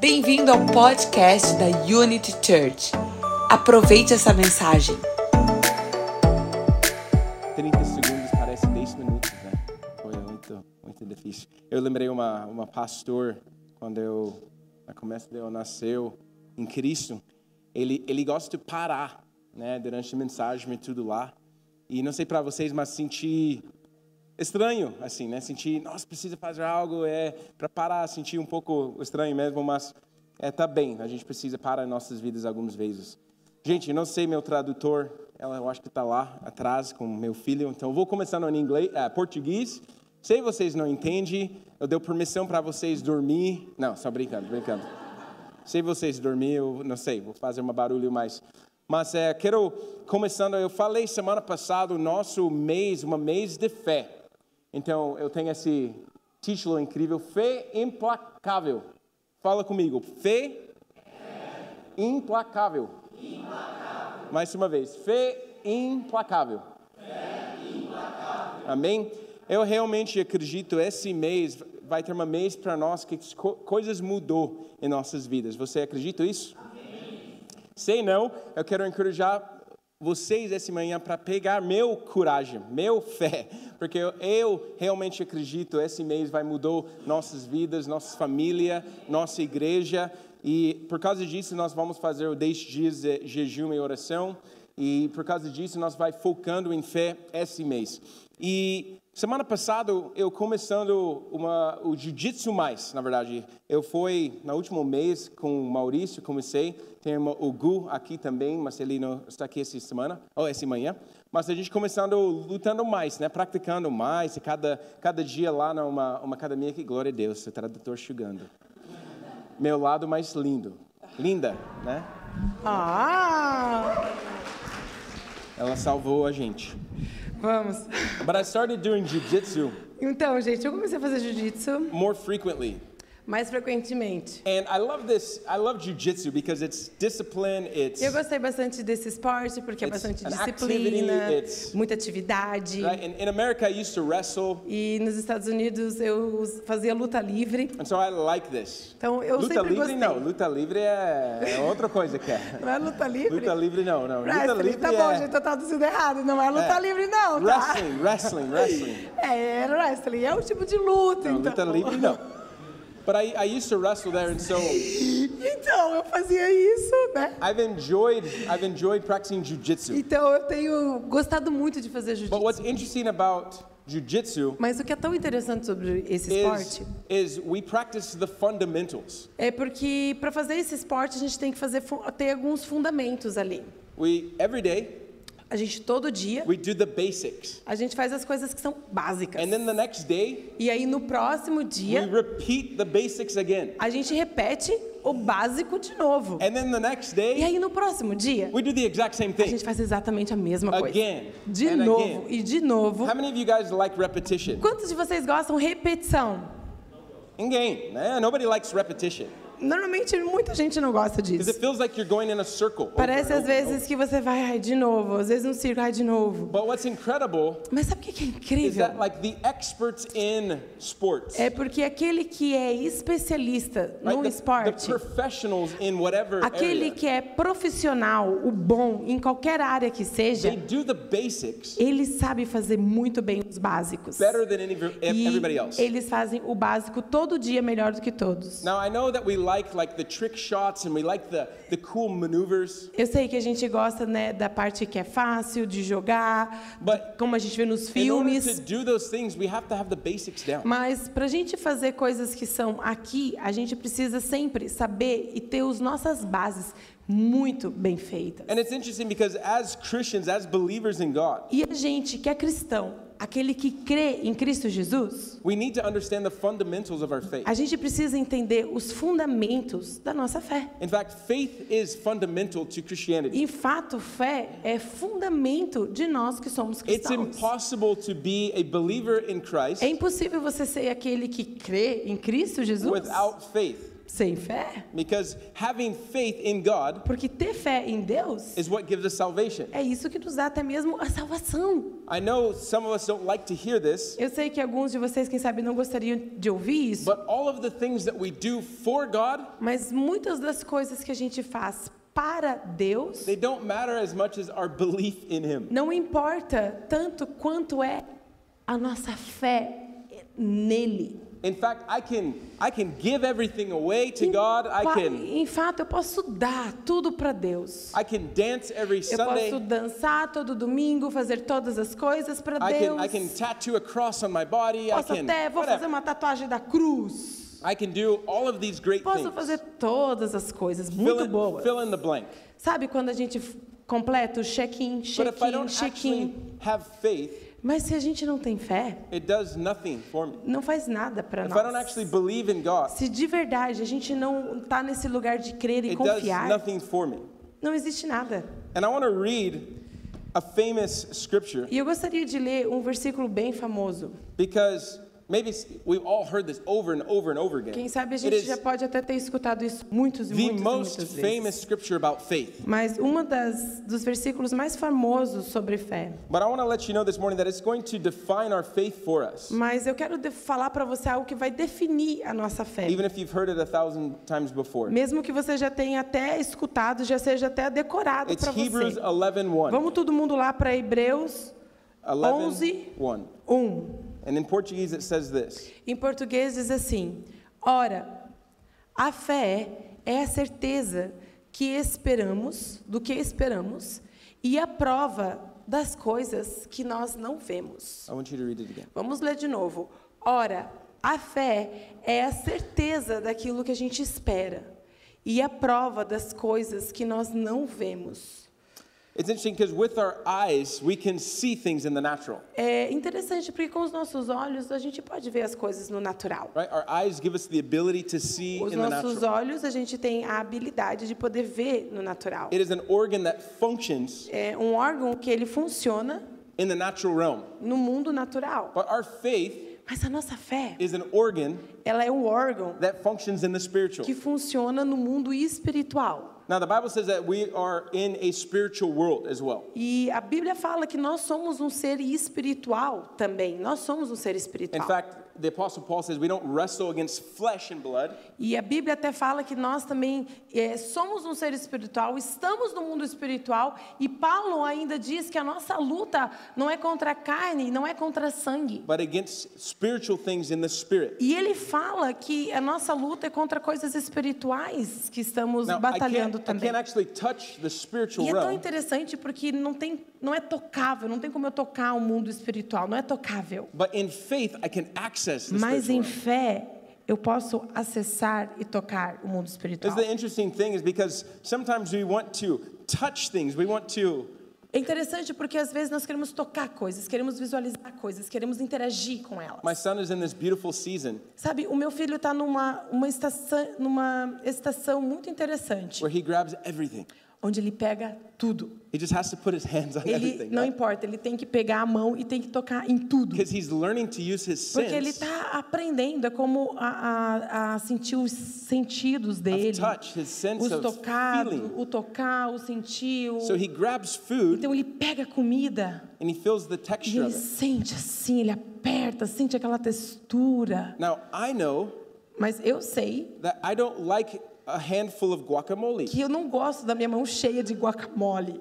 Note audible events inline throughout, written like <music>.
Bem-vindo ao podcast da Unity Church. Aproveite essa mensagem. 30 segundos parece 10 minutos, né? Foi muito, muito difícil. Eu lembrei uma, uma pastor, quando eu, no começo de eu nasceu em Cristo, ele, ele gosta de parar, né? Durante a mensagem e tudo lá. E não sei para vocês, mas senti estranho, assim, né? Sentir, nossa, precisa fazer algo, é para parar, sentir um pouco estranho mesmo, mas é, tá bem, a gente precisa parar nossas vidas algumas vezes. Gente, eu não sei meu tradutor, ela eu acho que está lá atrás com meu filho, então eu vou começar no inglês, eh, português. Se vocês não entendem, eu dei permissão para vocês dormir. Não, só brincando, brincando. Se vocês dormirem, eu não sei, vou fazer um barulho mais. Mas é, quero, começando, eu falei semana passada o nosso mês, uma mês de fé. Então, eu tenho esse título incrível, Fé Implacável. Fala comigo, Fé Implacável. Mais uma vez, Fé Implacável. Amém? Eu realmente acredito esse mês vai ter um mês para nós que co- coisas mudou em nossas vidas. Você acredita isso? Sei não, eu quero encorajar vocês essa manhã para pegar meu coragem, meu fé, porque eu, eu realmente acredito esse mês vai mudou nossas vidas, nossa família, nossa igreja e por causa disso nós vamos fazer o 10 dias de jejum e oração e por causa disso nós vai focando em fé esse mês. E semana passada eu começando uma, o jiu-jitsu mais, na verdade. Eu fui no último mês com o Maurício, comecei. Tem uma- o Gu aqui também, mas ele não está aqui essa semana, ou essa manhã. Mas a gente começando lutando mais, né? Praticando mais, e cada cada dia lá numa uma academia que glória a Deus, o tradutor chegando. Meu lado mais lindo. Linda, né? Ah! Ela salvou a gente. Vamos. But I started doing jiu-jitsu Então, gente, eu comecei a fazer jiu-jitsu more frequently. mais frequentemente. And I love this. I love jujitsu because it's discipline. It's E eu gostei bastante desse esporte porque é It's bastante an disciplina, activity, it's- muita atividade. right. In, in America, I used to wrestle, E nos Estados Unidos eu us- fazia luta livre. and so I like this. Então eu luta sempre livre gostei. não. Luta livre é é outra coisa que é. Não é <laughs> luta livre? Luta livre não, não. Luta Wrestling, livre tá bom, é- gente, eu traduzindo errado. Não é luta é. livre, não, tá? Wrestling, wrestling, wrestling. É, é wrestling. É um tipo de luta, No, então. luta livre não. But I, I used to wrestle there, and so Então, eu fazia isso, né? I've enjoyed I've enjoyed practicing jujitsu. Então, eu tenho gostado muito de fazer jiu-jitsu. But what's interesting about jujitsu Mas o que é tão interessante sobre esse is esporte is we practice the fundamentals. é porque para fazer esse esporte a gente tem que fazer fu- ter alguns fundamentos ali. We every day A gente todo dia we do the basics. a gente faz as coisas que são básicas. And then the next day, E aí no próximo we dia repeat the basics again. a gente repete o básico de novo. And then the next E day, aí no próximo dia we do the exact same a thing. gente faz exatamente a mesma coisa. Again, De and novo again. e de novo. How many of you guys like repetition? Quantos de vocês gostam repetição? Ninguém, né? Eh, Nobody likes repetition. Normalmente muita gente não gosta Because it disso. feels like you're going in a circle. over Parece and às over and vezes que você vai ai, de novo, às vezes um circo ai, de novo. over. But what's incredible Mas sabe o que que é is incrível? that like the experts in sports, É porque aquele que é especialista right? no the, esporte, the professionals in whatever aquele area, que é profissional, o bom, em qualquer área que they seja, do the basics ele sabe fazer muito bem os básicos. better than any, ev- E everybody else. eles fazem o básico todo dia melhor do que todos. Now I know that we like like the trick shots and we like the, the cool maneuvers. Eu sei que a gente gosta né, da parte que é fácil de jogar, But como a gente vê nos In order to filmes. do those things, we have to have the basics down. Mas para a gente fazer coisas que são aqui, a gente precisa sempre saber e ter as nossas bases muito bem feitas. And it's interesting because as Christians, as believers in God, E a gente que é cristão, aquele que crê em Cristo Jesus, we need to understand the fundamentals of our faith. a gente precisa entender os fundamentos da nossa fé. In fact, faith is fundamental to Christianity. Em fato, fé é fundamento de nós que somos It's cristãos. impossible to be a believer in Christ É impossível você ser aquele que crê em Cristo Jesus without faith. sem fé. Because having faith in God Porque ter fé em Deus is what gives us salvation. é isso que nos dá até mesmo a salvação. I know some of us don't like to hear this, Eu sei que alguns de vocês, quem sabe, não gostariam de ouvir isso, but all of the things that we do for God, mas muitas das coisas que a gente faz para Deus they don't matter as much as our belief in Him. não importa tanto quanto é a nossa fé nele. In fact, I can I can give everything away to Em God. I fa- can Em fato, eu posso dar tudo para Deus. I can dance every Eu posso Sunday. dançar todo domingo, fazer todas as coisas para I can Deus. I can tattoo a cross on my body. I posso can até vou fazer whatever. uma tatuagem da cruz. I can do all of these great Posso things. fazer todas as coisas Fill muito in, boas. fill in the blank. Sabe quando a gente f- completa o check-in, But if I check-in, don't actually check-in? have faith, Mas se a gente não tem fé, it does nothing for me. não faz nada para If I don't nós. actually believe in God, Se de verdade a gente não está nesse lugar de crer e it does confiar, nothing for me. não existe nada. And I want to read a famous scripture E eu gostaria de ler um versículo bem famoso. because maybe s- we've all heard this over and over and over again. Quem sabe a It gente já is pode até ter escutado isso muitos the e muitos, e muitas most vezes. famous scripture about faith. Mas uma das dos versículos mais famosos sobre fé. But I want to let you know this morning that it's going to define our faith for us, Mas eu quero de- falar para você algo que vai definir a nossa fé. even if you've heard it a thousand times before. Mesmo que você já tenha até escutado, já seja até decorado It's para Hebrews você. 11 1. Vamos todo mundo lá para Hebreus 11. 1. 1. And in Portuguese, it says this Em português diz assim: Ora, a fé é a certeza que esperamos, do que esperamos, e a prova das coisas que nós não vemos. I want you to read it again. Vamos ler de novo. Ora, a fé é a certeza daquilo que a gente espera e a prova das coisas que nós não vemos. It's interesting because with our eyes, we can see things in the natural, É interessante porque com os nossos olhos a gente pode ver as coisas no natural. right? Our eyes give us the ability to see Os in the nossos natural. olhos a gente tem a habilidade de poder ver no natural. It is an organ that functions É um órgão que ele funciona in the natural realm. no mundo natural. But our faith Mas a nossa fé, is an organ ela é um órgão that functions in the spiritual. que funciona no mundo espiritual. Now, the Bible says that we are in a spiritual world as well. E a Bíblia fala que nós somos um ser espiritual também. Nós somos um ser In espiritual. fact, the Apostle Paul says we don't wrestle against flesh and blood, e a Bíblia até fala que nós também eh, somos um ser espiritual, estamos no mundo espiritual. E Paulo ainda diz que a nossa luta não é contra a carne, não é contra sangue. but against spiritual things in the spirit. E ele fala que a nossa luta é contra coisas espirituais que estamos Now, I batalhando can't, I também. can't actually touch the spiritual E é tão realm, interessante porque não, tem, não é tocável, não tem como eu tocar o mundo espiritual, não é tocável. but in faith, I can access the Mas spiritual em realm. fé eu posso acessar e tocar o mundo espiritual. It's the interesting thing is because sometimes we want to touch things, we want to É interessante porque às vezes nós queremos tocar coisas, queremos visualizar coisas, queremos interagir com elas. My son is in this beautiful season Sabe, o meu filho está numa, uma estação, numa estação muito interessante, where he grabs everything. onde ele pega tudo. He just has to put his hands on Ele everything. né? não importa, ele tem que pegar a mão e tem que tocar em tudo. Because he's learning to use his Porque ele sense está aprendendo, é como a, a- a sentir os sentidos dele, touch, his sense os of tocados, feeling. o tocar, o sentir, o- So he grabs food Então ele pega a comida and he feels the e texture ele of it. sente assim, ele aperta, sente aquela textura. Now, I know Mas eu sei that I don't like a handful of guacamole. que eu não gosto da minha mão cheia de guacamole.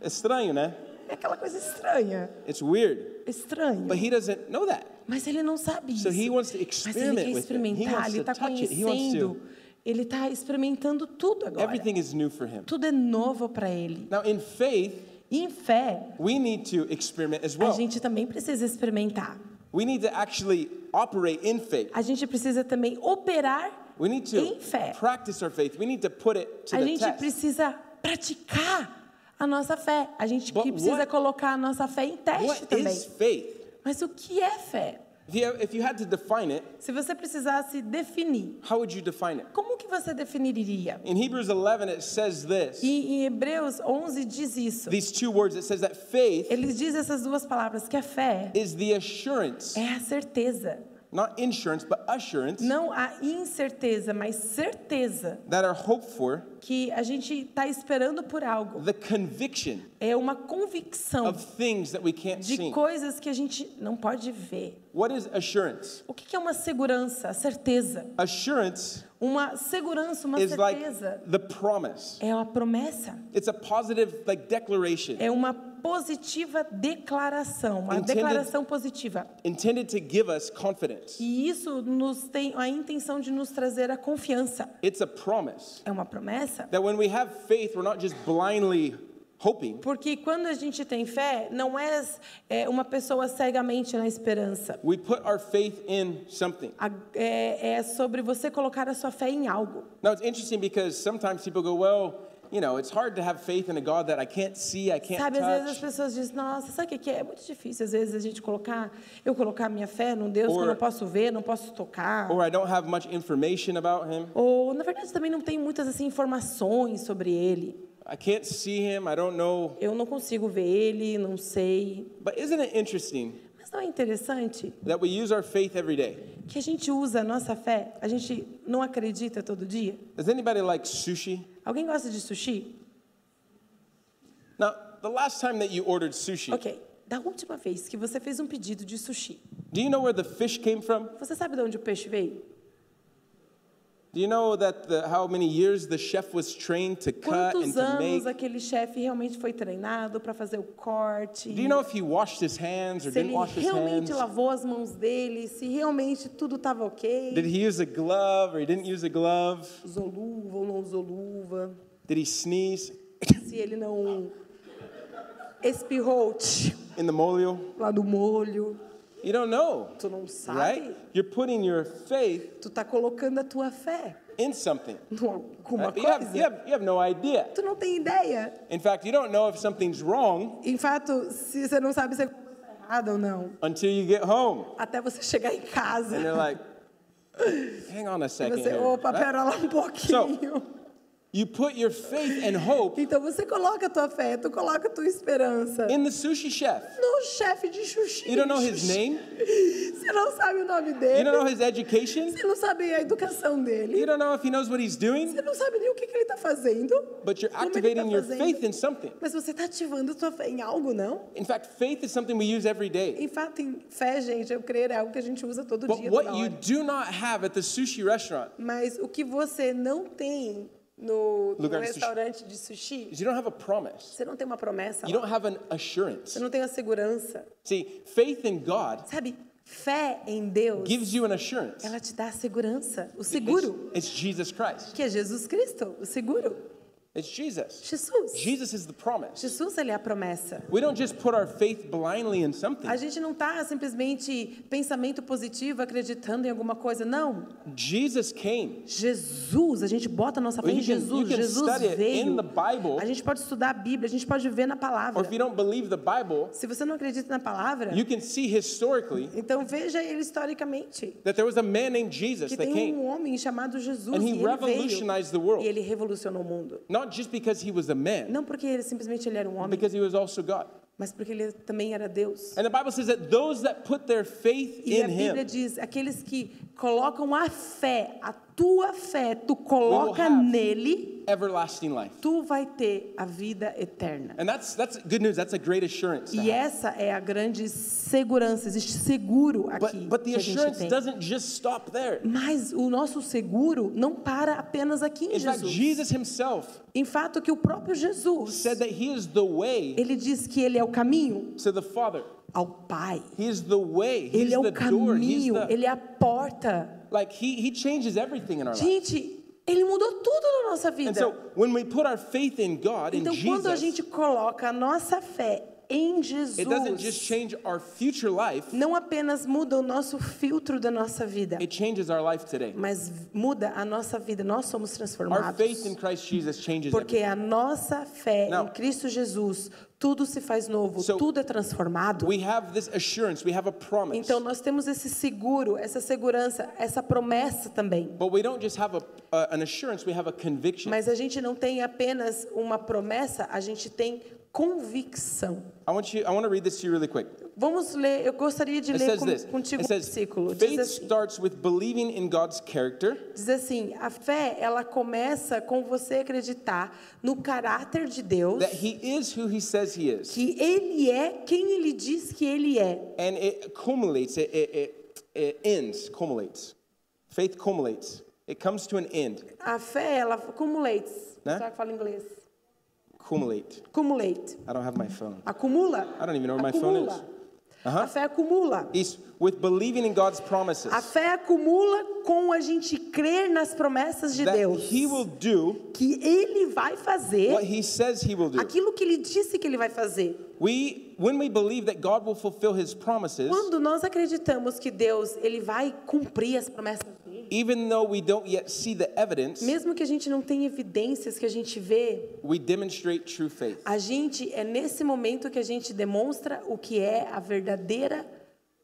É Estranho, né? É aquela coisa estranha, It's weird. estranho. But he doesn't know that. Mas ele não sabe isso. So he wants to Mas ele quer experiment with it. He experimentar, wants ele to está touch it. He wants to. conhecendo, ele está experimentando tudo agora. Everything is new for him. Tudo é novo para ele. Now, in faith, E em fé, we need to experiment as a well. gente também precisa experimentar. We need to actually operate in faith. A gente precisa também operar We need em to fé. practice our faith. We need to put it to A the gente test. precisa praticar a nossa fé. A gente But que precisa what- colocar a nossa fé em teste What também. is faith? Mas o que é fé? If you, if you had to define it, Se você precisasse definir, how would you define it? como que você definiria? In Hebrews 11, it says this. E em Hebreus 11 diz isso. These two words, it says that faith Eles dizem essas duas palavras, que a fé is the assurance é a certeza not insurance, but assurance, Não a incerteza, mas certeza that are hoped for, que a gente está esperando por algo. the conviction É uma convicção of things that we can't de see. coisas que a gente não pode ver. What is assurance? O que que é uma segurança? A certeza. Assurance Uma segurança, uma is certeza like the promise. é uma promessa. It's a positive like declaration É uma positiva declaração, uma Entended? declaração positiva. intended to give us confidence. E isso nos tem a intenção de nos trazer a confiança. It's a promise É uma promessa? that when we have faith, we're not just blindly hoping. Porque quando a gente tem fé, não é, é, uma pessoa cegamente na esperança. We put our faith in something. A- é, é sobre você colocar a sua fé em algo. Now it's interesting because sometimes people go, well, you know, it's hard to have faith in a God that I can't see, I can't Sabe, às vezes as touch. pessoas dizem, nossa, sabe o que que é? É muito difícil, às vezes, a gente colocar, eu colocar minha fé num Deus que Or- eu não posso ver, não posso tocar. or I don't have much information about him. Ou, na verdade, também não tem muitas assim, informações sobre ele. I can't see him. I don't know. Eu não consigo ver ele, não sei. But isn't it interesting Mas não é interessante that we use our faith every day? que a gente usa a nossa fé, a gente não acredita todo dia? Does anybody like sushi? Alguém gosta de sushi? Now, the last time that you ordered sushi, Ok, da última vez que você fez um pedido de sushi, do you know where the fish came from? você sabe de onde o peixe veio? Do you know that the, how many years the chef was trained to cut and Quantos to anos make? aquele chefe realmente foi treinado para fazer o corte? Do you know if he washed his hands or Se didn't ele wash his hands? realmente lavou as mãos dele, se realmente tudo estava Did ok? he use a glove or he didn't use a glove? Usou luva ou não usou luva? Did he sneeze Se ele não espirrou tch, in the molio? lá do molho, You don't know, tu não sabe? right? You're putting your faith Tu tá colocando a tua fé in something. em alguma Right? But you, have, you, coisa. have, you have no idea. Tu não tem ideia. In fact, you don't know if something's wrong Em fato, se você não sabe se é errado ou não, until you get home. até você chegar em casa. And you're like, <laughs> "Oh, hang on a E second. Você, here, opa, right? pera lá um pouquinho. You put your faith and hope Então você coloca a tua fé, tu coloca a tua esperança in the sushi chef. no chefe de sushi. You don't know his name? Você não sabe o nome You dele. don't know his education? Você não sabe a educação You dele. don't know if he knows what he's doing? Você não sabe nem o que, que ele está fazendo. But you're como ele tá activating your fazendo. faith in something. Mas você está ativando a sua fé em algo, não? In fact, faith is something we use every day. Em fato, em fé, gente, eu crer é algo que a gente usa todo But dia. toda what you hora. do not have at the sushi restaurant Mas o que você não tem no, no Lugar de sushi. restaurante de sushi, is you don't have a promise. você não tem uma promessa, You lá. don't have an você assurance. não tem a segurança. See, faith in God Sabe, fé em Deus, gives you an assurance. ela te dá a segurança, o It's, seguro, it's Jesus Christ. que é Jesus Cristo, o seguro. It's Jesus. Jesus. Jesus is the promise. Jesus, ele é a promessa. We don't just put our faith blindly in A something. gente não está simplesmente pensamento positivo, acreditando em alguma coisa. Não. Jesus came. Jesus, a gente bota a nossa fé Well, em you can- you Jesus. can Jesus study it in veio. the Bible. A gente pode estudar a Bíblia, a gente pode ver na Or palavra. if you don't believe the Bible, Se você não acredita na palavra, you can see historically Então veja ele historicamente, that there was a man named Jesus que that tem came. um homem chamado Jesus And e he ele veio, revolutionized the world. e ele revolucionou o mundo. Not just because he was a man, Não porque ele simplesmente ele era um homem, because he was also God. mas porque ele também era Deus. And the Bible says that those that put their faith E a in Bíblia him, diz, aqueles que colocam a fé, a tua fé, tu We will coloca have- nele, everlasting life. tu vai ter a vida eterna. And that's that's good news. That's a great assurance. to have. E essa é a grande segurança, existe seguro aqui But but the que a gente assurance tem. doesn't just stop there. Mas o nosso seguro não para apenas aqui em In fact, Jesus. Jesus himself Em fato que o próprio Jesus said that he is the way Ele diz que ele é o caminho to the Father. ao Pai. He is the way. He's Ele é the o door. He's caminho, the ele é a porta. like he he changes everything in our life. Gente, ele mudou tudo na nossa And so vida. when we put our faith in God, in Então, quando a Jesus, gente coloca a nossa fé em it doesn't just Jesus, change our future life, não apenas muda o nosso filtro da nossa vida, it changes our life today. mas muda a nossa vida. Nós somos Our faith in transformados. Christ Jesus changes Porque everything. a nossa fé Now- em Cristo Jesus, tudo se faz novo, So- tudo é transformado. We have this assurance, we have a promise. Então nós temos esse seguro, essa segurança, essa promessa também. But we don't just have a, uh, an assurance, we have a conviction. Mas a gente não tem apenas uma promessa, a gente tem convicção. I want you I want to read this to you really quick. Eu Vamos ler, eu gostaria de It ler says com- this. contigo It um says, versículo. Diz faith assim, starts with believing in God's character. diz assim, a fé, ela começa com você acreditar no caráter de Deus, that he is who he says he is. que Ele é quem Ele diz que Ele é. and it accumulates, it, it, it, it ends, cumulates. Faith cumulates. It comes to an end. A fé, ela cumulates. Né? Será que fala inglês? Cumulate. Cumulate. I don't have my phone. Acumula. I don't even know where my phone acumula. is. Uh-huh. A fé acumula. It's with believing in God's promises. A fé acumula com a gente crer nas promessas de that Deus. he will do Que ele vai what fazer he says he will do. aquilo que ele disse que ele vai fazer. We, when we believe that God will fulfill his promises, Quando nós acreditamos que Deus ele vai cumprir as promessas dele, even though we don't yet see the evidence, mesmo que a gente não tenha evidências que a gente vê, we demonstrate true faith. a gente é nesse momento que a gente demonstra o que é a verdadeira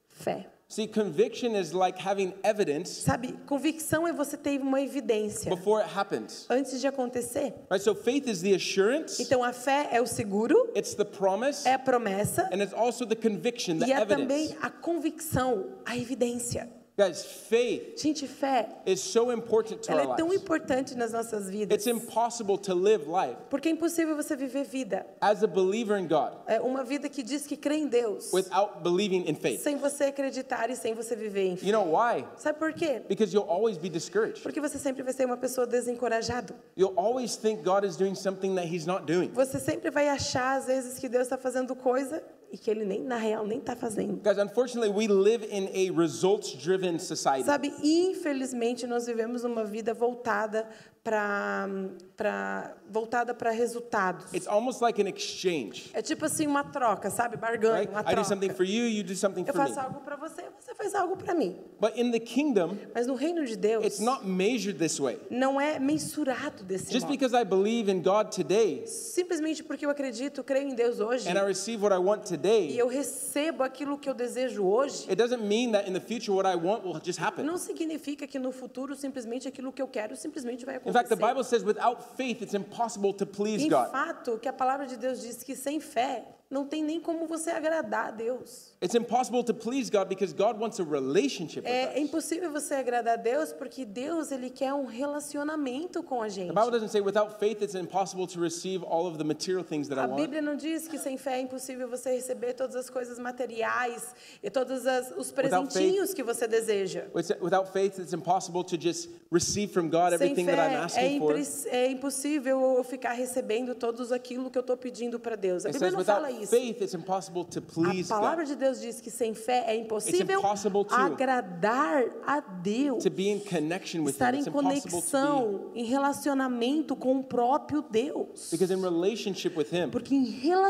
fé. See, conviction is like having evidence Sabe, convicção é você ter uma evidência before it happens. antes de acontecer. Right, so faith is the assurance, Então a fé é o seguro, it's the promise, é a promessa and it's also the conviction, the e é evidence. também a convicção, a evidência. Guys, faith Gente, fé, is so important to ela our é tão lives. importante nas nossas vidas. It's impossible to live life Porque é impossível você viver vida, as a believer in God é uma vida que diz que crê em Deus, without believing in faith. sem você acreditar e sem você viver em fé. You know why? Sabe por quê? Because you'll always be discouraged. Porque você sempre vai ser uma pessoa desencorajada. You'll always think God is doing something that He's not doing. Você sempre vai achar, às vezes, que Deus está fazendo coisa e que Ele, nem na real, nem está fazendo. Guys, unfortunately, we live in a results driven society. Sabe, infelizmente nós vivemos uma vida voltada para para voltada para resultados. It's almost like an exchange, É tipo assim uma troca, sabe? Barganha, right? uma I do something for troca. you, you do something Eu for me. faço algo para você, você faz algo para mim. But in the kingdom, Mas no reino de Deus it's not measured this way. não é mensurado desse Just modo. because I believe in God today Simplesmente porque eu acredito, creio em Deus hoje and I receive what I want e today, eu recebo aquilo que eu desejo hoje, it doesn't mean that in the future what I want will just happen. não significa que no futuro simplesmente aquilo que eu quero simplesmente vai In fact, the acontecer. Bible says without faith it's impossible to please Em God. fato, que a palavra de Deus diz que sem fé não tem nem como você agradar a Deus. It's impossible to please God because God wants a relationship with É us. impossível você agradar a Deus porque Deus ele quer um relacionamento com a gente. The Bible doesn't say without faith it's impossible to receive all of the material things that I A want. Bíblia não diz que sem fé é impossível você receber todas as coisas materiais e todos as- os presentinhos que você deseja. It's- Without faith it's impossible to just receive from God Sem everything that I'm fé é, asking for. It impre- é impossível eu ficar recebendo todos aquilo que eu estou pedindo para Deus. A Bíblia says não fala without isso. faith it's impossible to A please palavra God, de Deus diz que sem fé é impossível impossible to- agradar a Deus. to be in connection with Estar Him. em It's impossible to be conexão, em relacionamento com o próprio Deus. Because in relationship with Him, Porque em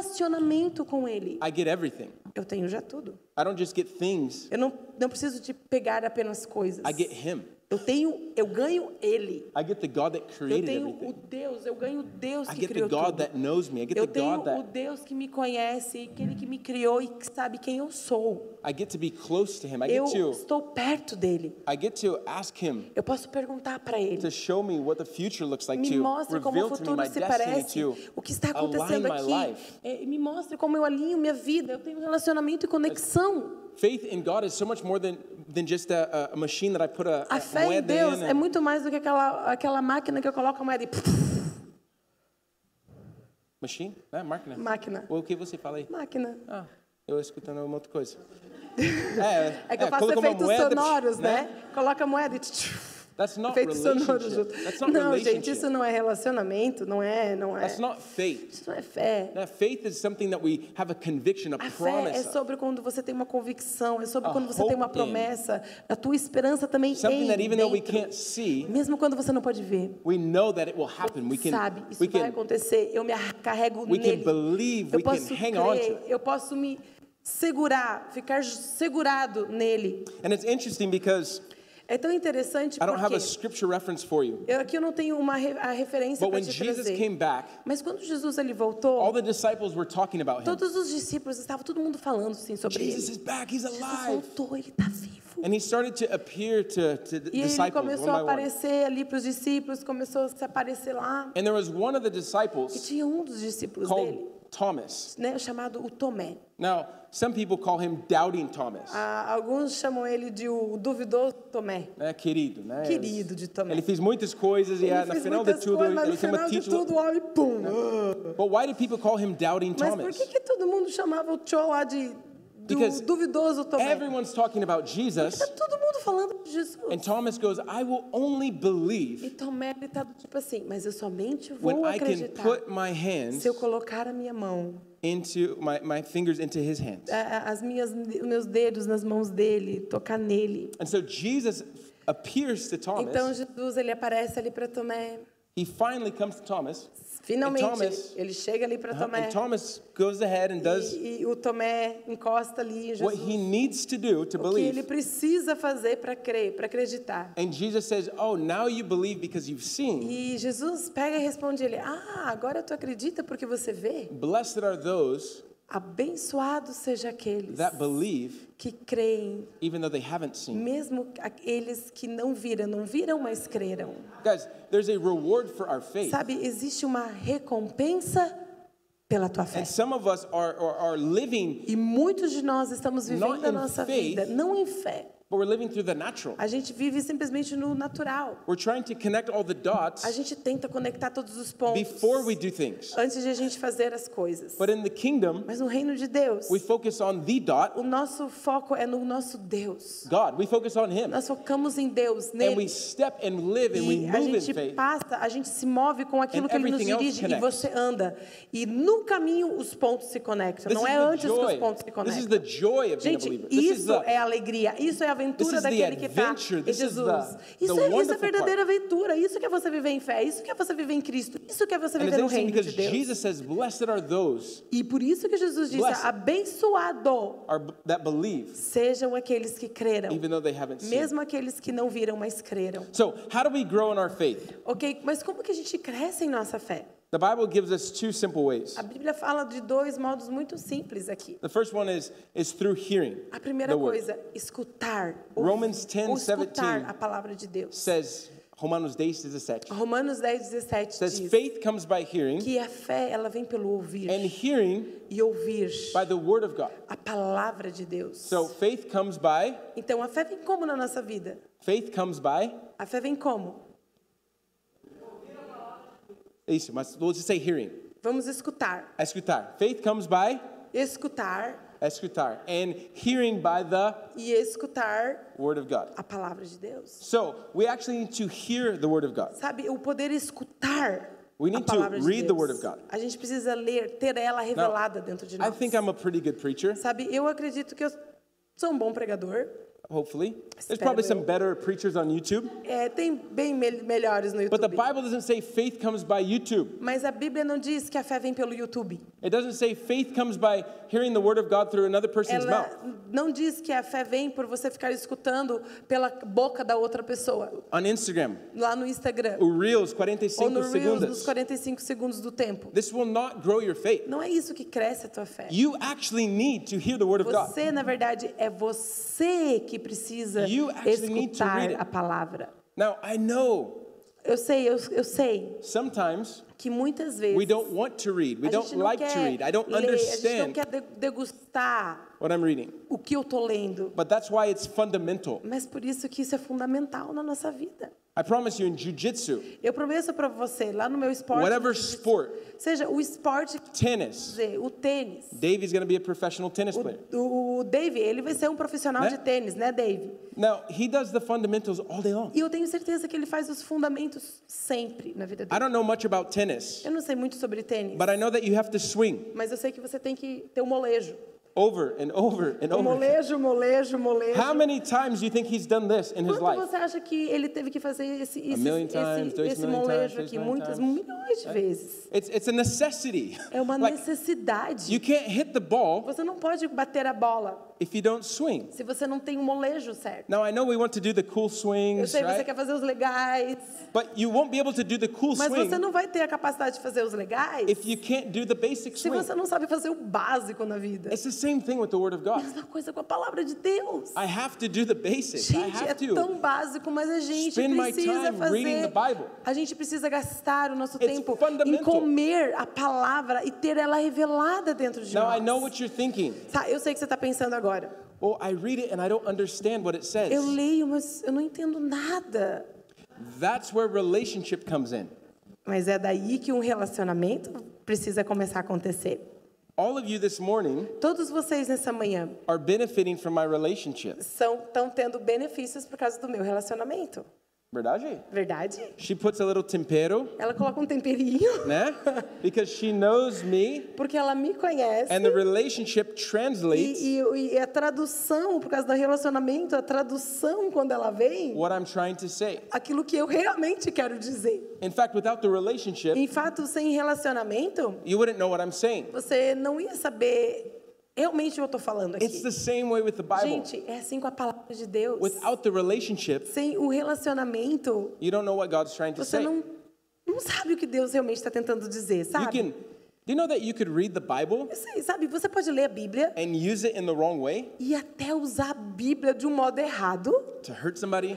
relacionamento com Ele, I get everything. eu tenho já tudo. I don't just get things, Eu não, não preciso de pegar apenas coisas. I get Him. Eu tenho, eu ganho Ele. I get the God that Eu created tenho o everything. Deus, eu ganho o Deus I que get the criou God tudo. that knows me. I Eu get the tenho God o that Deus que me conhece, aquele que me criou e que sabe quem eu sou. I get to be close to Him. I Eu get to estou perto dele. I get to ask Him Eu posso perguntar para ele. to show me what the future looks like. Me To mostre como o reveal to me futuro my se destiny. parece, To o que está align acontecendo my aqui. life. É, me mostre como eu alinho minha vida. Eu tenho relacionamento e conexão. Faith in God is so much more than than just a, a- a machine that I put a, A a fé em moeda Deus in. é muito mais do que aquela, aquela máquina que eu coloco a moeda e... Machine? Né? Máquina. Máquina. O que você fala aí? Máquina. Ah, eu escutando uma outra <laughs> coisa. É, É que eu faço colocou uma efeitos moeda, sonoros, né? Coloca a moeda e... That's not Efeitos sonoros. relationship. That's not Não, relationship. gente, isso não é relacionamento, não é, não é. That's not faith. Isso não é fé. Now, faith is something that we have a conviction, a A fé é promise, of, sobre quando você tem uma convicção, é sobre A quando você tem uma hope in. promessa, a tua esperança também something em that even though we dentro. can't see, Mesmo quando você não pode ver, we know that it will happen. We can, sabe, isso we vai can, acontecer, eu me carrego we nele. can believe, eu we can posso hang crer, on to it. eu posso me segurar, ficar segurado nele. And it's interesting because É tão interessante I don't have porque a scripture reference for you, eu, aqui eu não tenho uma re- a referência but para when te Jesus trazer. came back, Mas quando Jesus ele all voltou, the disciples were talking about him. todos os discípulos estavam todo mundo falando assim sobre Jesus ele. is back. He's Jesus alive. voltou, ele está vivo. And he started to appear to, to the E ele disciples one começou a by one. aparecer ali para os discípulos, começou a se aparecer lá. And there was one of the E disciples tinha um dos discípulos dele, called Thomas. né, chamado o Tomé. Now, Some people call him Doubting Thomas. Ah, alguns chamam ele de o duvidoso Tomé. né, Eh, querido, né? Querido de Tomé. Ele fez muitas coisas e Ele ah, no fez final de muitas tudo coisas, mas ele no tem uma final de título. tudo, o homem, pum. ah. But why do people call him Doubting Mas por Thomas? que, que todo mundo chamava o Cho lá de do Because duvidoso Tomé? Everyone's talking about Jesus, Tá todo mundo falando de Jesus. and Thomas goes, "I will only E believe Tomé, ele tá do tipo assim, mas eu somente vou when I can acreditar put my hands se eu colocar a minha mão, into my, my fingers into His hands." a- a- as minhas, os meus dedos nas mãos dele, tocar nele. And so Jesus appears to Então Thomas. Jesus, ele aparece ali para Tomé. He finally comes to Thomas, Finalmente, And Thomas- Uh-huh. ele chega ali para Tomé. and Thomas goes ahead and does E, e o Tomé encosta ali em what Jesus. he needs to do to o que ele believe. precisa fazer para crer, para acreditar. And Jesus says, "Oh, now you believe because you've seen." E Jesus pega e responde ele: Ah, agora tu acredita porque você vê? Blessed are those Abençoados seja aqueles that believe, que creem, even though they haven't seen. mesmo aqueles que não viram, não viram, mas creram. Guys, there's a reward for our faith. Sabe, existe uma recompensa pela tua fé. And some of us are, are, are living, E muitos de nós estamos Not vivendo a in nossa faith. vida não em fé. but we're living through the natural. A gente vive simplesmente no natural. We're trying to connect all the A dots gente tenta conectar todos os pontos before we do things. antes de a gente fazer as coisas. But in the kingdom, Mas no reino de Deus, we focus on the dot, o nosso foco é no nosso Deus. God. We focus on Him. Nós focamos em Deus, And we nele. step and live and we E a move in gente faith. passa, a gente se move com aquilo And que ele nos everything else dirige e connects. você anda. E no caminho os pontos se conectam. This is Não é the antes que os joy. pontos se This is the conectam. joy of being a Gente, believer. This is isso é the, alegria, isso é a This aventura is the daquele que está adventure. em This is Jesus. the- isso, the é, isso é wonderful verdadeira aventura, isso que é você viver em fé, isso que é você viver em Cristo, isso que é você and it's viver no interesting reino de because Deus. Jesus says, "Blessed are those E por isso que Jesus disse, Blessed. abençoado are, that believe, sejam aqueles que creram. even though they haven't seen." Mesmo aqueles que não viram, mas creram. So, how do we grow in our faith? Ok, mas como que a gente cresce em nossa fé? The Bible gives us two simple ways. A Bíblia fala de dois modos muito simples aqui. The first one is is through hearing. A primeira the word. coisa, escutar. Romans 10, ou escutar 17. a palavra de Deus. says Romanos 10 17. Romanos 10, 17 Says diz faith comes by hearing que a fé ela vem pelo ouvir and hearing e ouvir by the word of God. a palavra de Deus. So faith comes by então a fé vem como na nossa vida? faith comes by A fé vem como? é isso, mas we'll just say hearing. Vamos escutar. Escutar. Faith comes by Escutar escutar and hearing by the e escutar word of God. a palavra de Deus. So we actually need to hear the word of God. Sabe, o poder escutar We a need to palavra de read the Deus. word of God. A gente precisa ler, ter ela revelada dentro de I nós. think I'm a pretty good preacher, Sabe, eu acredito que eu sou um bom pregador. hopefully. There's Espero probably eu. some better preachers on YouTube, É, tem bem me- melhores no but the YouTube. Bible doesn't say faith comes by YouTube. Mas a Bíblia não diz que a fé vem pelo YouTube. It doesn't say faith comes by hearing the word of God through another person's Ela mouth. não diz que a fé vem por você ficar escutando pela boca da outra pessoa, On Instagram, lá no Instagram. o Reels 45 ou no Reels, nos segundas. 45 segundos do tempo. This will not grow your faith. Não é isso que cresce a tua fé. You actually need to hear the word of God. Você, na verdade, é você que precisa You actually need to read escutar it. a palavra. Now, I know Eu sei, eu, eu sei sometimes que muitas vezes we don't want to read. We a don't don't like to quer read. I don't ler, a gente não understand quer de- degustar what I'm reading. o que eu tô lendo. But that's why it's fundamental. Mas por isso que isso é fundamental na nossa vida. I promise you in jiu-jitsu, Eu prometo para você, lá no meu esporte, whatever sport, seja o esporte, quer tennis, dizer, o tênis. Davey's going to be a professional tennis player. O, o Dave, ele vai ser um profissional Né? de tênis, né, Dave? Now, he does the fundamentals all day long. E eu tenho certeza que ele faz os fundamentos sempre na vida I dele. don't know much about tennis, Eu não sei muito sobre tênis, but I know that you have to swing. mas eu sei que você tem que ter o molejo. over and over and O over. molejo, molejo, molejo. How many times do you think he's done this in his Quanto life? você acha que ele teve que fazer esse, esse, million esse, times, dois esse million molejo times, aqui dois muitas, million milhões de vezes? It's, it's a necessity. É uma like, necessidade. you can't hit the ball Você não pode bater a bola if you don't swing. se você não tem o molejo certo. Now I know we want to do the cool Eu swings, sei, você right? quer fazer os legais, But you won't be able to do the cool mas você swing não vai ter a capacidade de fazer os legais if you can't do the basic se swing. você não sabe fazer o básico na vida. It's the same thing with the Word of God. mesma coisa com a palavra de Deus. I have to do the basics. I Gente, é have to. tão básico, mas a gente Spend my precisa time reading the fazer. Bible. A gente precisa gastar o nosso It's tempo em fundamental. comer a palavra e ter ela revelada dentro de Now I know nós. what you're thinking. Tá, eu sei que você está pensando agora. Well, I read it and I don't understand what it Eu says. leio, mas eu não entendo nada. That's where relationship comes in. Mas é daí que um relacionamento precisa começar a acontecer. All of you this morning Todos vocês nessa manhã are benefiting from my relationship. são estão tendo benefícios por causa do meu relacionamento, Verdade? verdade? She puts a little tempero, Ela coloca um temperinho <laughs> né? Because she knows me porque ela me conhece. and the relationship translates E, e- e a tradução, por causa do relacionamento, a tradução, quando ela vem, what I'm trying to say. aquilo que eu realmente quero dizer. In fact, without the relationship, Em fato, sem relacionamento, you wouldn't know what I'm saying. você não ia saber realmente o que eu estou falando It's aqui. the same way with the Bible. Gente, é assim com a palavra de Deus. Without the relationship, Sem o relacionamento, you don't know what God's trying to você say. não, não sabe o que Deus realmente está tentando dizer, You sabe? can, do you know that you could read the Bible Eu sei, sabe? Você pode ler a Bíblia and use it in the wrong way e até usar a Bíblia de um modo errado, to hurt somebody,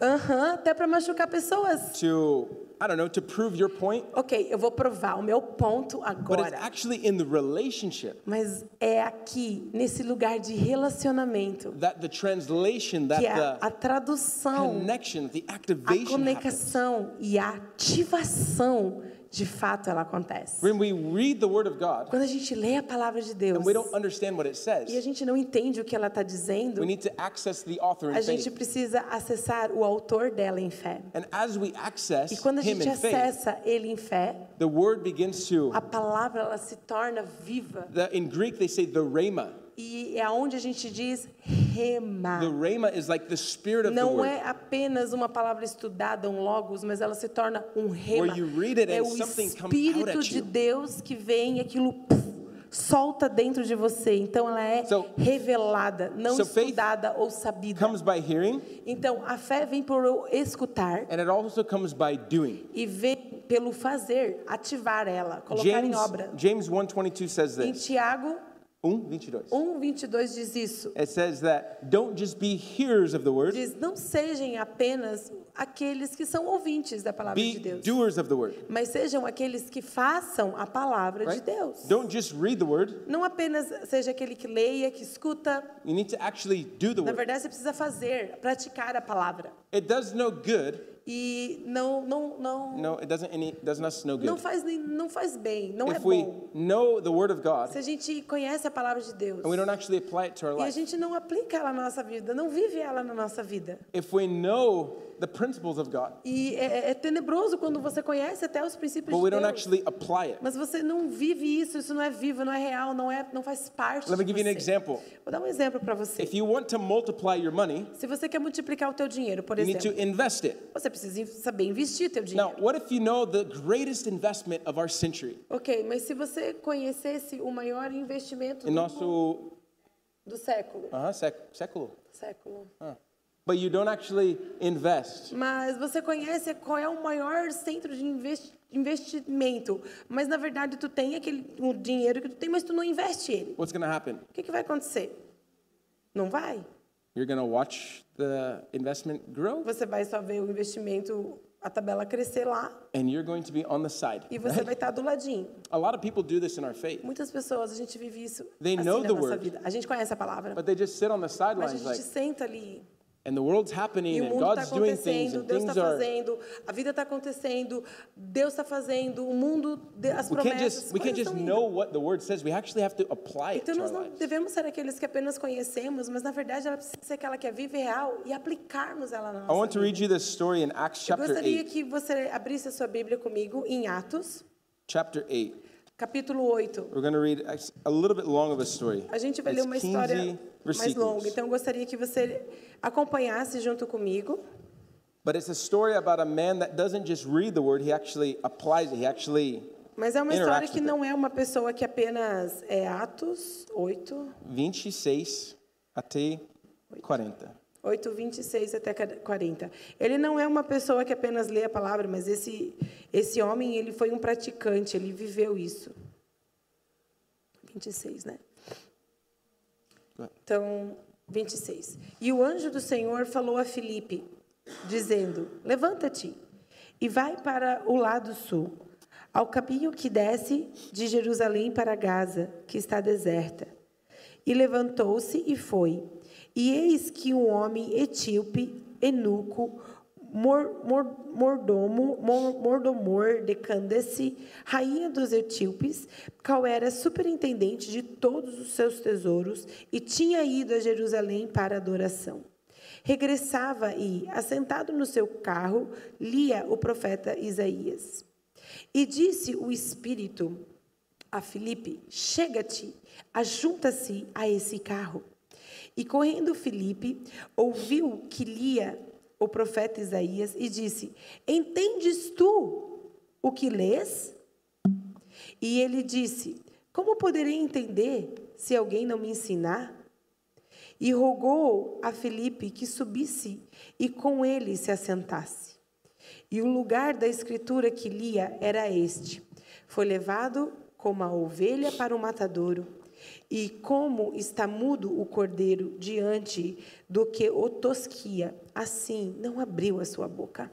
aham, até para machucar pessoas. to, I don't know, to prove your point, Ok, eu vou provar o meu ponto but it's agora. actually in the relationship Mas é aqui, nesse lugar de relacionamento, that the translation, that que a, the a tradução, connection, the a activation happens. conexão e a ativação, de fato, ela acontece. When we read the Word of God Quando a gente lê a palavra de Deus and we don't understand what it e a says, gente não entende o que ela está dizendo, we need to access the author a in gente faith. precisa acessar o autor dela em fé. And as we E access quando a Him gente in faith, acessa ele em fé, the Word begins to, a palavra ela se torna viva. the, in Greek they say the rhema. E é onde a gente diz rema. The rhema is like the spirit of the Não Word. é apenas uma palavra estudada, um logos, mas ela se torna um rema. Where you read it É and o something comes out Espírito at de you. Deus que vem e aquilo puf, solta dentro de você. Então ela é So- revelada, não So faith estudada ou sabida. comes by hearing Então a fé vem por eu escutar and it also comes by doing. e vem pelo fazer, ativar ela, colocar em James, obra. James 1.22 says Em this. Tiago 1.22. 1:22 diz isso. It says that don't just be hearers of the word, Diz: "Não sejam apenas aqueles que são ouvintes da palavra be de Deus." doers of the word. mas sejam aqueles que façam a palavra de Right? Deus. Don't just read the word. Não apenas seja aquele que leia, que escuta. You need to actually do the Na word. verdade, você precisa fazer, praticar a palavra. It does no good. E não, não, não, No, it doesn't any does us no não good. faz nem, não faz bem, não é If we bom. know the word of God Se a gente conhece a palavra de Deus and we don't actually apply it to our e a life, gente não aplica ela na nossa vida, não vive ela na nossa vida. if we know the principles of God, E é, é- é tenebroso quando você conhece até os princípios but we de don't Deus, actually apply it. mas você não vive isso, isso não é vivo, não é real, não é, não faz parte. Let me de give you an você. example. Vou dar um exemplo para você. If you want to multiply your money, Se você quer multiplicar o teu dinheiro, por you need to exemplo, invest it. você precisa in- saber investir teu Now, dinheiro. what if you know the greatest investment of our century? Ok, mas se você conhecesse o maior investimento Em do, nosso do século, uh século. século, Ah. But you don't actually invest. mas você conhece qual é o maior centro de inves- investimento, mas na verdade tu tem aquele o dinheiro que tu tem, mas tu não investe ele. What's going to happen? O que, que vai acontecer? Não vai. You're going to watch the investment grow Você vai só ver o investimento, a tabela crescer lá and you're going to be on the side. e você vai estar do ladinho. A lot of people do this in our faith, Muitas pessoas, a gente vive isso They assim know na the nossa word. vida. A gente conhece a palavra. but they just sit on the Mas a sidelines gente like senta ali. and the world's E happening o and mundo está God's doing things acontecendo, and Deus things está are fazendo, a vida está acontecendo, Deus está fazendo, o mundo, de- as we can't promessas. just we can't coisas just tão know lindas. what the word says. We actually have to apply it Então to our nós não lives. devemos ser aqueles que apenas conhecemos, mas na verdade ela precisa ser aquela que é viva e real e aplicarmos ela na I want nossa to vida. read you this story in Acts Eu chapter gostaria 8. que você abrisse a sua Bíblia comigo em Atos, Chapter 8. capítulo 8. We're going to read ex- a little bit long of a story. A gente vai It's ler uma história 15 mais longa, versículos. então eu gostaria que você acompanhasse junto comigo. But it's a story about a man that doesn't just read the word, he actually applies it. He actually, Mas é uma Interact história que with não é uma pessoa que apenas é Atos 8, 26, e até 40. 8, 26 até 40. Ele não é uma pessoa que apenas lê a palavra, mas esse, esse homem ele foi um praticante, ele viveu isso. 26, né? Então, 26. E o anjo do Senhor falou a Filipe, dizendo: Levanta-te e vai para o lado sul, ao caminho que desce de Jerusalém para Gaza, que está deserta. E levantou-se e foi. E eis que um homem etíope, enuco, mor, mor, mordomo, mor, mordomor de Candace, rainha dos etíopes, qual era superintendente de todos os seus tesouros e tinha ido a Jerusalém para adoração. Regressava e, assentado no seu carro, lia o profeta Isaías. E disse o Espírito a Filipe: Chega-te, ajunta-se a esse carro. E correndo Filipe, ouviu que lia o profeta Isaías e disse: Entendes tu o que lês? E ele disse: Como poderei entender se alguém não me ensinar? E rogou a Filipe que subisse e com ele se assentasse. E o lugar da escritura que lia era este: Foi levado como a ovelha para o matadouro, e como está mudo o cordeiro diante do que o tosquia, assim não abriu a sua boca.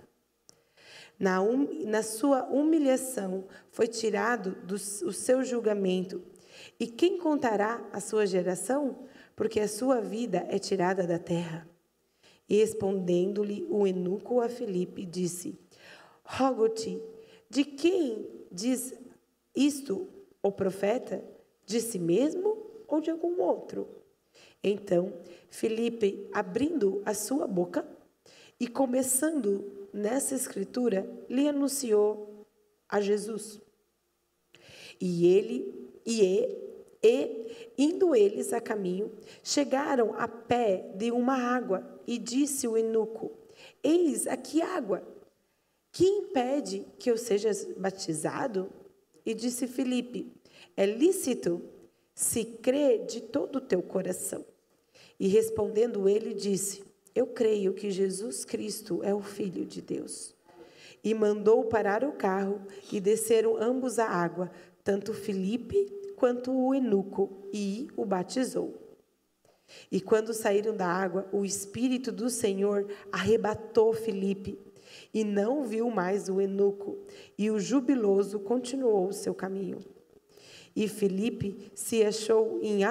Na, um, na sua humilhação foi tirado do, o seu julgamento. E quem contará a sua geração? Porque a sua vida é tirada da terra. E respondendo-lhe o eunuco a Filipe, disse: Rogo-te, de quem diz isto o profeta? de si mesmo ou de algum outro. Então, Felipe, abrindo a sua boca e começando nessa escritura, lhe anunciou a Jesus. E ele e, e indo eles a caminho, chegaram a pé de uma água, e disse o eunuco: Eis aqui água. Que impede que eu seja batizado? E disse Filipe: é lícito se crê de todo o teu coração. E respondendo ele, disse: Eu creio que Jesus Cristo é o Filho de Deus. E mandou parar o carro e desceram ambos à água, tanto Filipe quanto o eunuco, e o batizou. E quando saíram da água, o Espírito do Senhor arrebatou Filipe, e não viu mais o eunuco, e o jubiloso continuou o seu caminho. E Felipe se achou em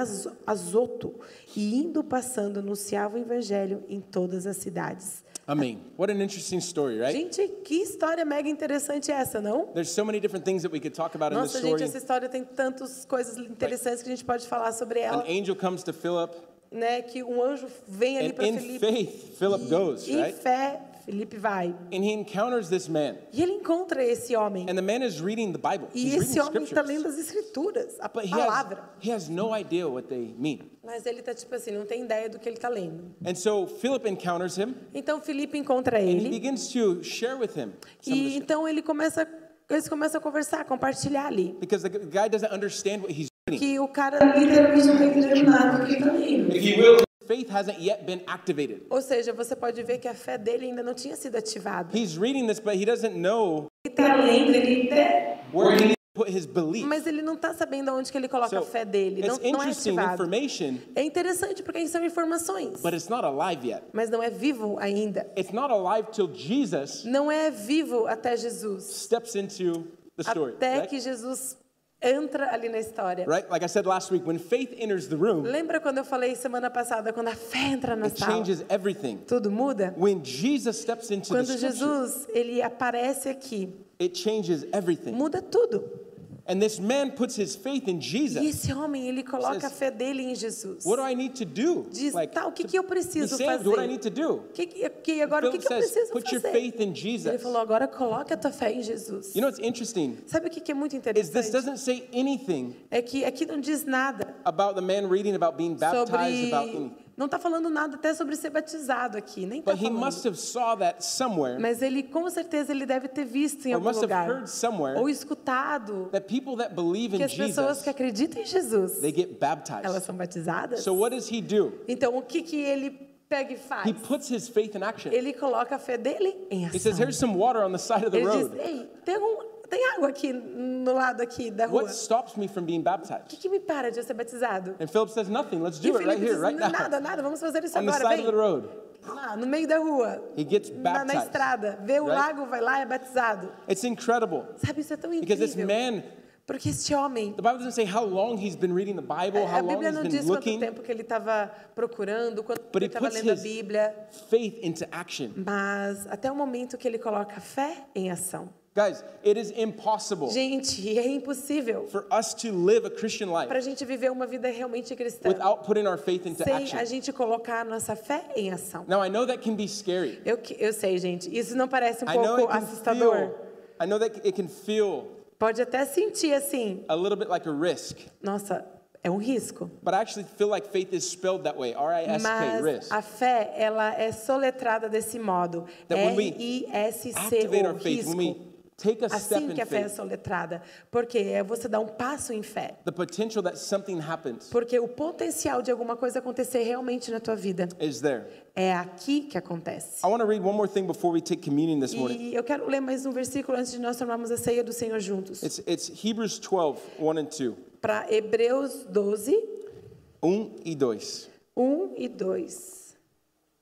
Azoto e indo passando anunciava o evangelho em todas as cidades. Amém. What an interesting story, right? Gente, que história mega interessante é essa, não? There's so many different things that we could talk about in this Nossa, gente, story. essa história tem tantas coisas interessantes que a gente pode falar sobre An ela, angel comes to Philip, né? Que um anjo vem ali and para in Felipe. faith, Philip goes, e, em right? fé, Felipe vai. And he encounters this man, E ele encontra esse homem. and the man is reading the Bible. E He's reading esse homem está scriptures. lendo as escrituras, a But he has, palavra. he has no idea what they mean. Mas ele está tipo assim, não tem ideia do que ele está lendo. And so Philip encounters him, Então Felipe encontra and he ele. begins to share with him some of the E scriptures. então ele começa, eles começam a conversar, compartilhar ali. Because the guy doesn't understand what he's reading. Que o cara literalmente não está entendendo nada do que está lendo. If you will, faith hasn't yet been activated. Ou seja, você pode ver que a fé dele ainda não tinha sido ativada. He's reading this, but he doesn't know Ele está lendo, ele até... where he needs to put his belief. Mas ele não está sabendo onde que ele coloca So a fé dele. Não, it's não é interesting ativado. information, É interessante porque são informações, but it's not alive yet. mas não é vivo ainda. It's not alive till Jesus Não é vivo até Jesus, steps into the story. até right? que Jesus entra ali na história. Right? Like I said last week, when faith enters the room, Lembra quando eu falei semana passada, quando a fé entra na it sala, changes everything. tudo muda? When Jesus steps into the Quando scripture, Jesus ele aparece aqui, it changes everything. muda tudo. And this man puts his faith in E Jesus. esse homem ele coloca a Says, fé dele em Jesus. What do I need to do? Diz, Like, tá, o que, to que eu be preciso saved, what do I need fazer? to do? Que, que, que- agora o que, Philip que eu says, preciso put your fazer? faith in Ele Jesus. falou, agora coloca a tua fé em Jesus. You know what's interesting Sabe o que, que é muito is this interessante? doesn't say anything É que aqui não diz nada about the man reading about being baptized, about sobre anything. Não está falando nada até sobre ser batizado aqui, nem está But he must falando. have saw that somewhere, Mas ele, com certeza, ele deve ter visto em or algum must have lugar heard somewhere, ou escutado that people that believe que in as pessoas Jesus, que acreditam em Jesus, they get elas baptized. são batizadas. So what does he do? Então, o que, que ele pega e He faz? puts his faith in action. Ele coloca a fé dele em He ação. says, "Here's some water on the side of the Ele diz, road. ei, tem, um, tem água aqui no lado aqui da rua. What O stops me from being que, baptized?" que me para de eu ser batizado? And Philip says, "Nothing. Let's E do it Felipe right here, diz, right now, é nada, nada, vamos fazer isso on the agora, side of vem. the road." Lá, no meio da rua, He gets na, na baptized, estrada, vê o right? lago, vai lá, é batizado. It's incredible Sabe, isso é tão because this incrível. assim, man, Porque este homem, the Bible doesn't say how long he's been reading the Bible, a how long Bíblia he's não been diz quanto looking. tempo que ele estava procurando, quanto tempo But ele he estava puts lendo a his- Bíblia, Faith into action. mas até o momento que ele coloca a fé em ação. Guys, it is impossible Gente, é impossível for us to live a Christian para a life gente viver uma vida realmente cristã without putting our faith into sem a action. gente colocar a nossa fé em ação. Now, I know that can be scary. Eu, que- eu sei, gente, isso não parece um I know it pouco can assustador. feel. I know that it can feel Pode até sentir assim, a little bit like a risk, nossa, é um risco. but I actually feel like faith is spelled that way. R I S K, Mas risk. a fé, ela é soletrada desse modo. That when we Activate R-I-S-C-O, our faith when we risco. take a step Assim in que a fé é faith. soletrada. Porque é você dar um passo em fé. The potential that something happens Porque o potencial de alguma coisa acontecer realmente na tua vida is there. é aqui que acontece. I want to read one more thing before we take communion this morning. E eu quero ler mais um versículo antes de nós tomarmos a ceia do Senhor juntos. It's, it's Hebrews 12, 1 and 2. Para Hebreus 12, Um e dois. 1 e 2.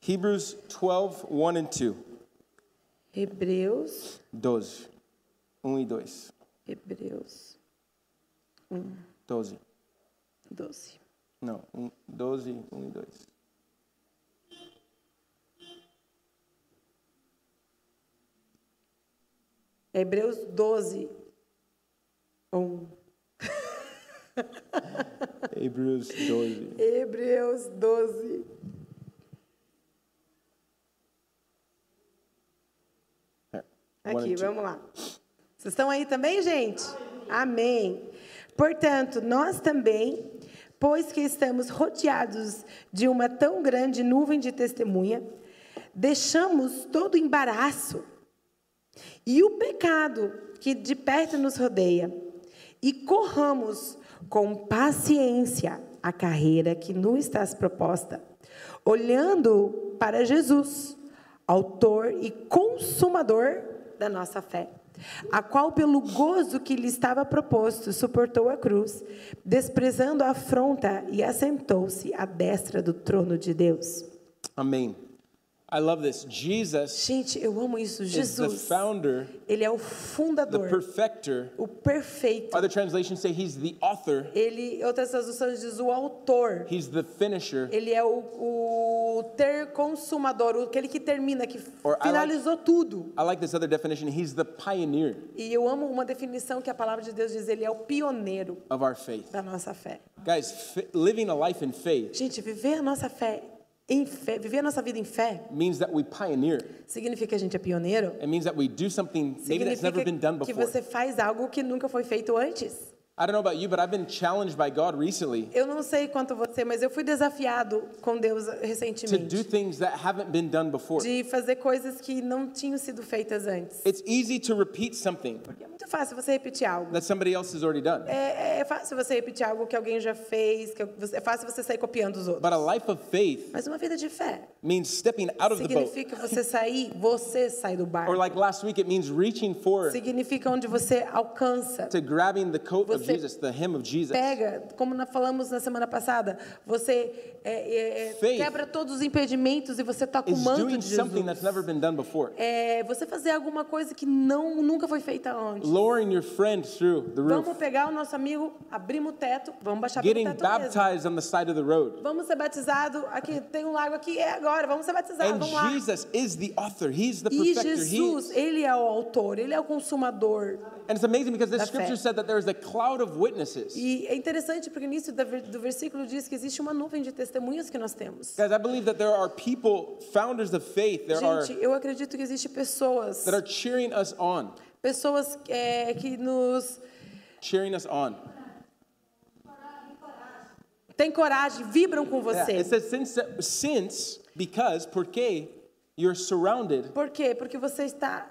Hebrews 12, 1 and 2. Hebreus, 12. 1 e 2. Hebreus 12. 12. Não, um, 12, 1 e 2. Hebreus 12, 1. Hebrews 12. Hebreus 12. There. One Aqui, and two. vamos lá. Vocês estão aí também, gente? Amém. Portanto, nós também, pois que estamos rodeados de uma tão grande nuvem de testemunha, deixamos todo o embaraço e o pecado que de perto nos rodeia e corramos com paciência a carreira que nos está proposta, olhando para Jesus, autor e consumador da nossa fé, a qual pelo gozo que lhe estava proposto suportou a cruz, desprezando a afronta e assentou-se à destra do trono de Deus. Amém. I love this. Jesus Gente, eu amo isso, is the Jesus. founder, Ele é o the fundador, perfecter. o perfeito. Other translations say he's the author, Ele, outras traduções diz o autor. he's the finisher. Ele é o, o ter consumador, o- aquele que termina, que Or I finalizou tudo. I like this other definition. He's the pioneer E eu amo uma definição que a palavra de Deus diz: ele é o pioneiro of our faith. da nossa fé. Guys, f- living a life in faith Gente, viver a nossa fé em fé, viver a nossa vida em fé, means that we pioneer. significa que a gente é pioneiro. It means that we do something maybe that's Significa never been done que before. você faz algo que nunca foi feito antes. I don't know about you, but I've been challenged by God recently Eu não sei quanto você, mas eu fui desafiado com Deus to do recentemente things that haven't been done before. de fazer coisas que não tinham sido feitas antes. It's easy to repeat something É muito fácil você repetir algo. that somebody else has already done. É, é fácil você repetir algo que alguém já fez, que você- é fácil você sair copiando os outros. But a life of faith Mas uma vida de fé means stepping out of the boat. significa você sair, você sai do Or barco. like last week, it means reaching for Significa onde você alcança, to grabbing the coat of Você Jesus, the hem of Jesus. pega, como nós falamos na semana passada, você é, é, é, Faith quebra todos os impedimentos e você toca o Is manto doing de something that's never Jesus. been done before. É você fazer alguma coisa que não nunca foi feita antes. Lowering your friend through the roof. Vamos pegar o nosso amigo, abrimos o teto, vamos baixar pelo Getting teto mesmo. baptized on the side of the road. Vamos ser batizado aqui, tem um lago aqui, é agora, vamos ser batizados, And vamos lá. Jesus is the author. He's the E perfecter. He Jesus, ele é o autor, ele é o consumador. And it's amazing because the Da fé. scripture said that there was a cloud of witnesses. E é interessante porque no início da ver- do versículo diz que existe uma nuvem de testemunhas que nós temos. Guys, I believe that there are people, founders of faith, there are Gente, eu acredito que existe pessoas, that are cheering us on, pessoas é, que nos cheering us on. têm coragem, vibram É, com você. It says since since because porque you're surrounded Por quê? Porque você está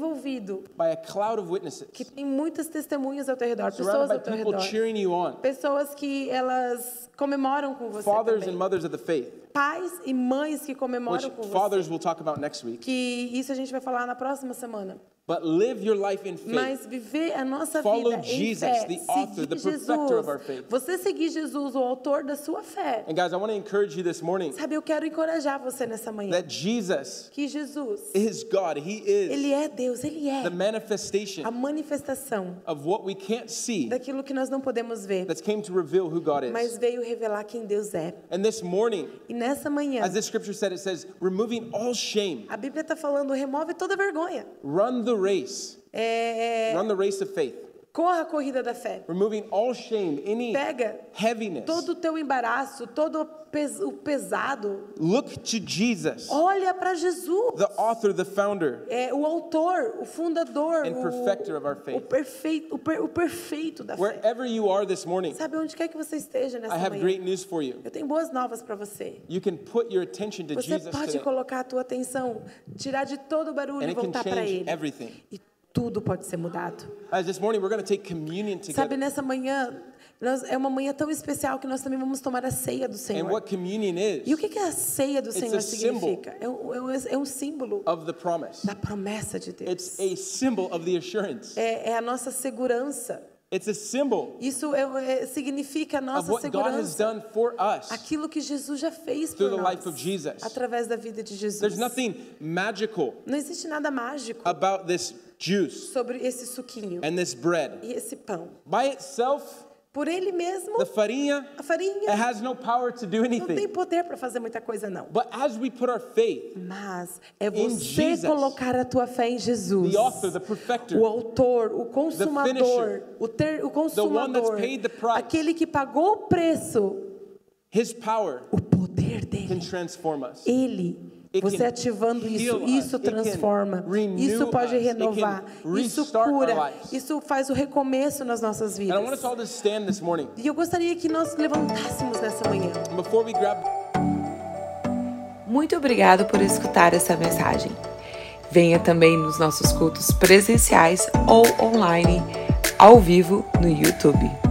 envolvido, by a cloud of witnesses, que tem muitas testemunhas ao teu redor, surrounded pessoas by ao teu people redor. cheering you on, Pessoas que elas comemoram com você fathers também. and mothers of the faith, Pais e mães que which comemoram com você. fathers we'll talk about next week. Que isso a gente vai falar na próxima semana. But live your life in faith. Mas viver a nossa Follow vida Jesus, em fé, the author, seguir the Jesus. perfecter of our faith. Você seguir Jesus, o autor da sua fé. And guys, I want to encourage you this morning Sabe, eu quero encorajar você nessa manhã. that Jesus Que Jesus, is God. He is ele é Deus, ele é the manifestation a manifestação of what we can't see daquilo que nós não podemos ver, that came to reveal who God mas is. veio revelar quem Deus é. And this morning, E nessa manhã, as this scripture said, it says, removing all shame, a Bíblia está falando, remove toda vergonha. run the race, É, é, run the race of faith, corra a corrida da fé. removing all shame, any Pega heaviness. todo o teu embaraço, todo o pes- o pesado. Look to Jesus, Olha para Jesus. the author, the founder. é o autor, o fundador, And o, perfecter of our faith. o perfeito, o, per- o perfeito da fé. Wherever you are this morning, Sabe onde quer que você esteja nessa I have manhã? great news for you. Eu tenho boas novas para você. You can put your attention to Você Jesus pode today, colocar a tua atenção, tirar de todo o barulho and e it can voltar para change ele. everything. E tudo pode ser mudado. Guys, this morning we're going to take communion Sabe, together. nessa manhã, nós- é uma manhã tão especial que nós também vamos tomar a ceia do And Senhor. what communion is E o que, que a ceia do It's a Senhor symbol. significa? É um, é um- é um símbolo of the promise. da promessa de Deus. It's a symbol of the assurance. É- é a nossa segurança. It's a symbol Isso é- é- significa a of nossa what God has segurança, done for us. aquilo que Jesus já fez por Through the nós, life of Jesus. através da vida de Jesus. There's nothing magical Não existe nada mágico about this juice sobre esse suquinho and this bread. e esse pão. By itself, Por ele mesmo, the É farinha, it a farinha has no power to do não tem anything. poder para fazer muita coisa não. But as we put our faith, Mas é In você Jesus. colocar a tua fé em Jesus. the author, the perfecter, O autor, o consumador, finisher. o, ter, o one that's consumador, paid the price. aquele que pagou o preço, his power o poder can dele transform us. Ele, It você can ativando isso, heal us. isso It can transforma, renew isso pode us. It can renovar, isso restart our cura, lives. isso faz o recomeço nas nossas And I want us vidas. all to stand this morning. E eu gostaria que nós levantássemos nessa manhã. And before we grab Muito obrigado por escutar essa mensagem. Venha também nos nossos cultos presenciais ou online, ao vivo no YouTube.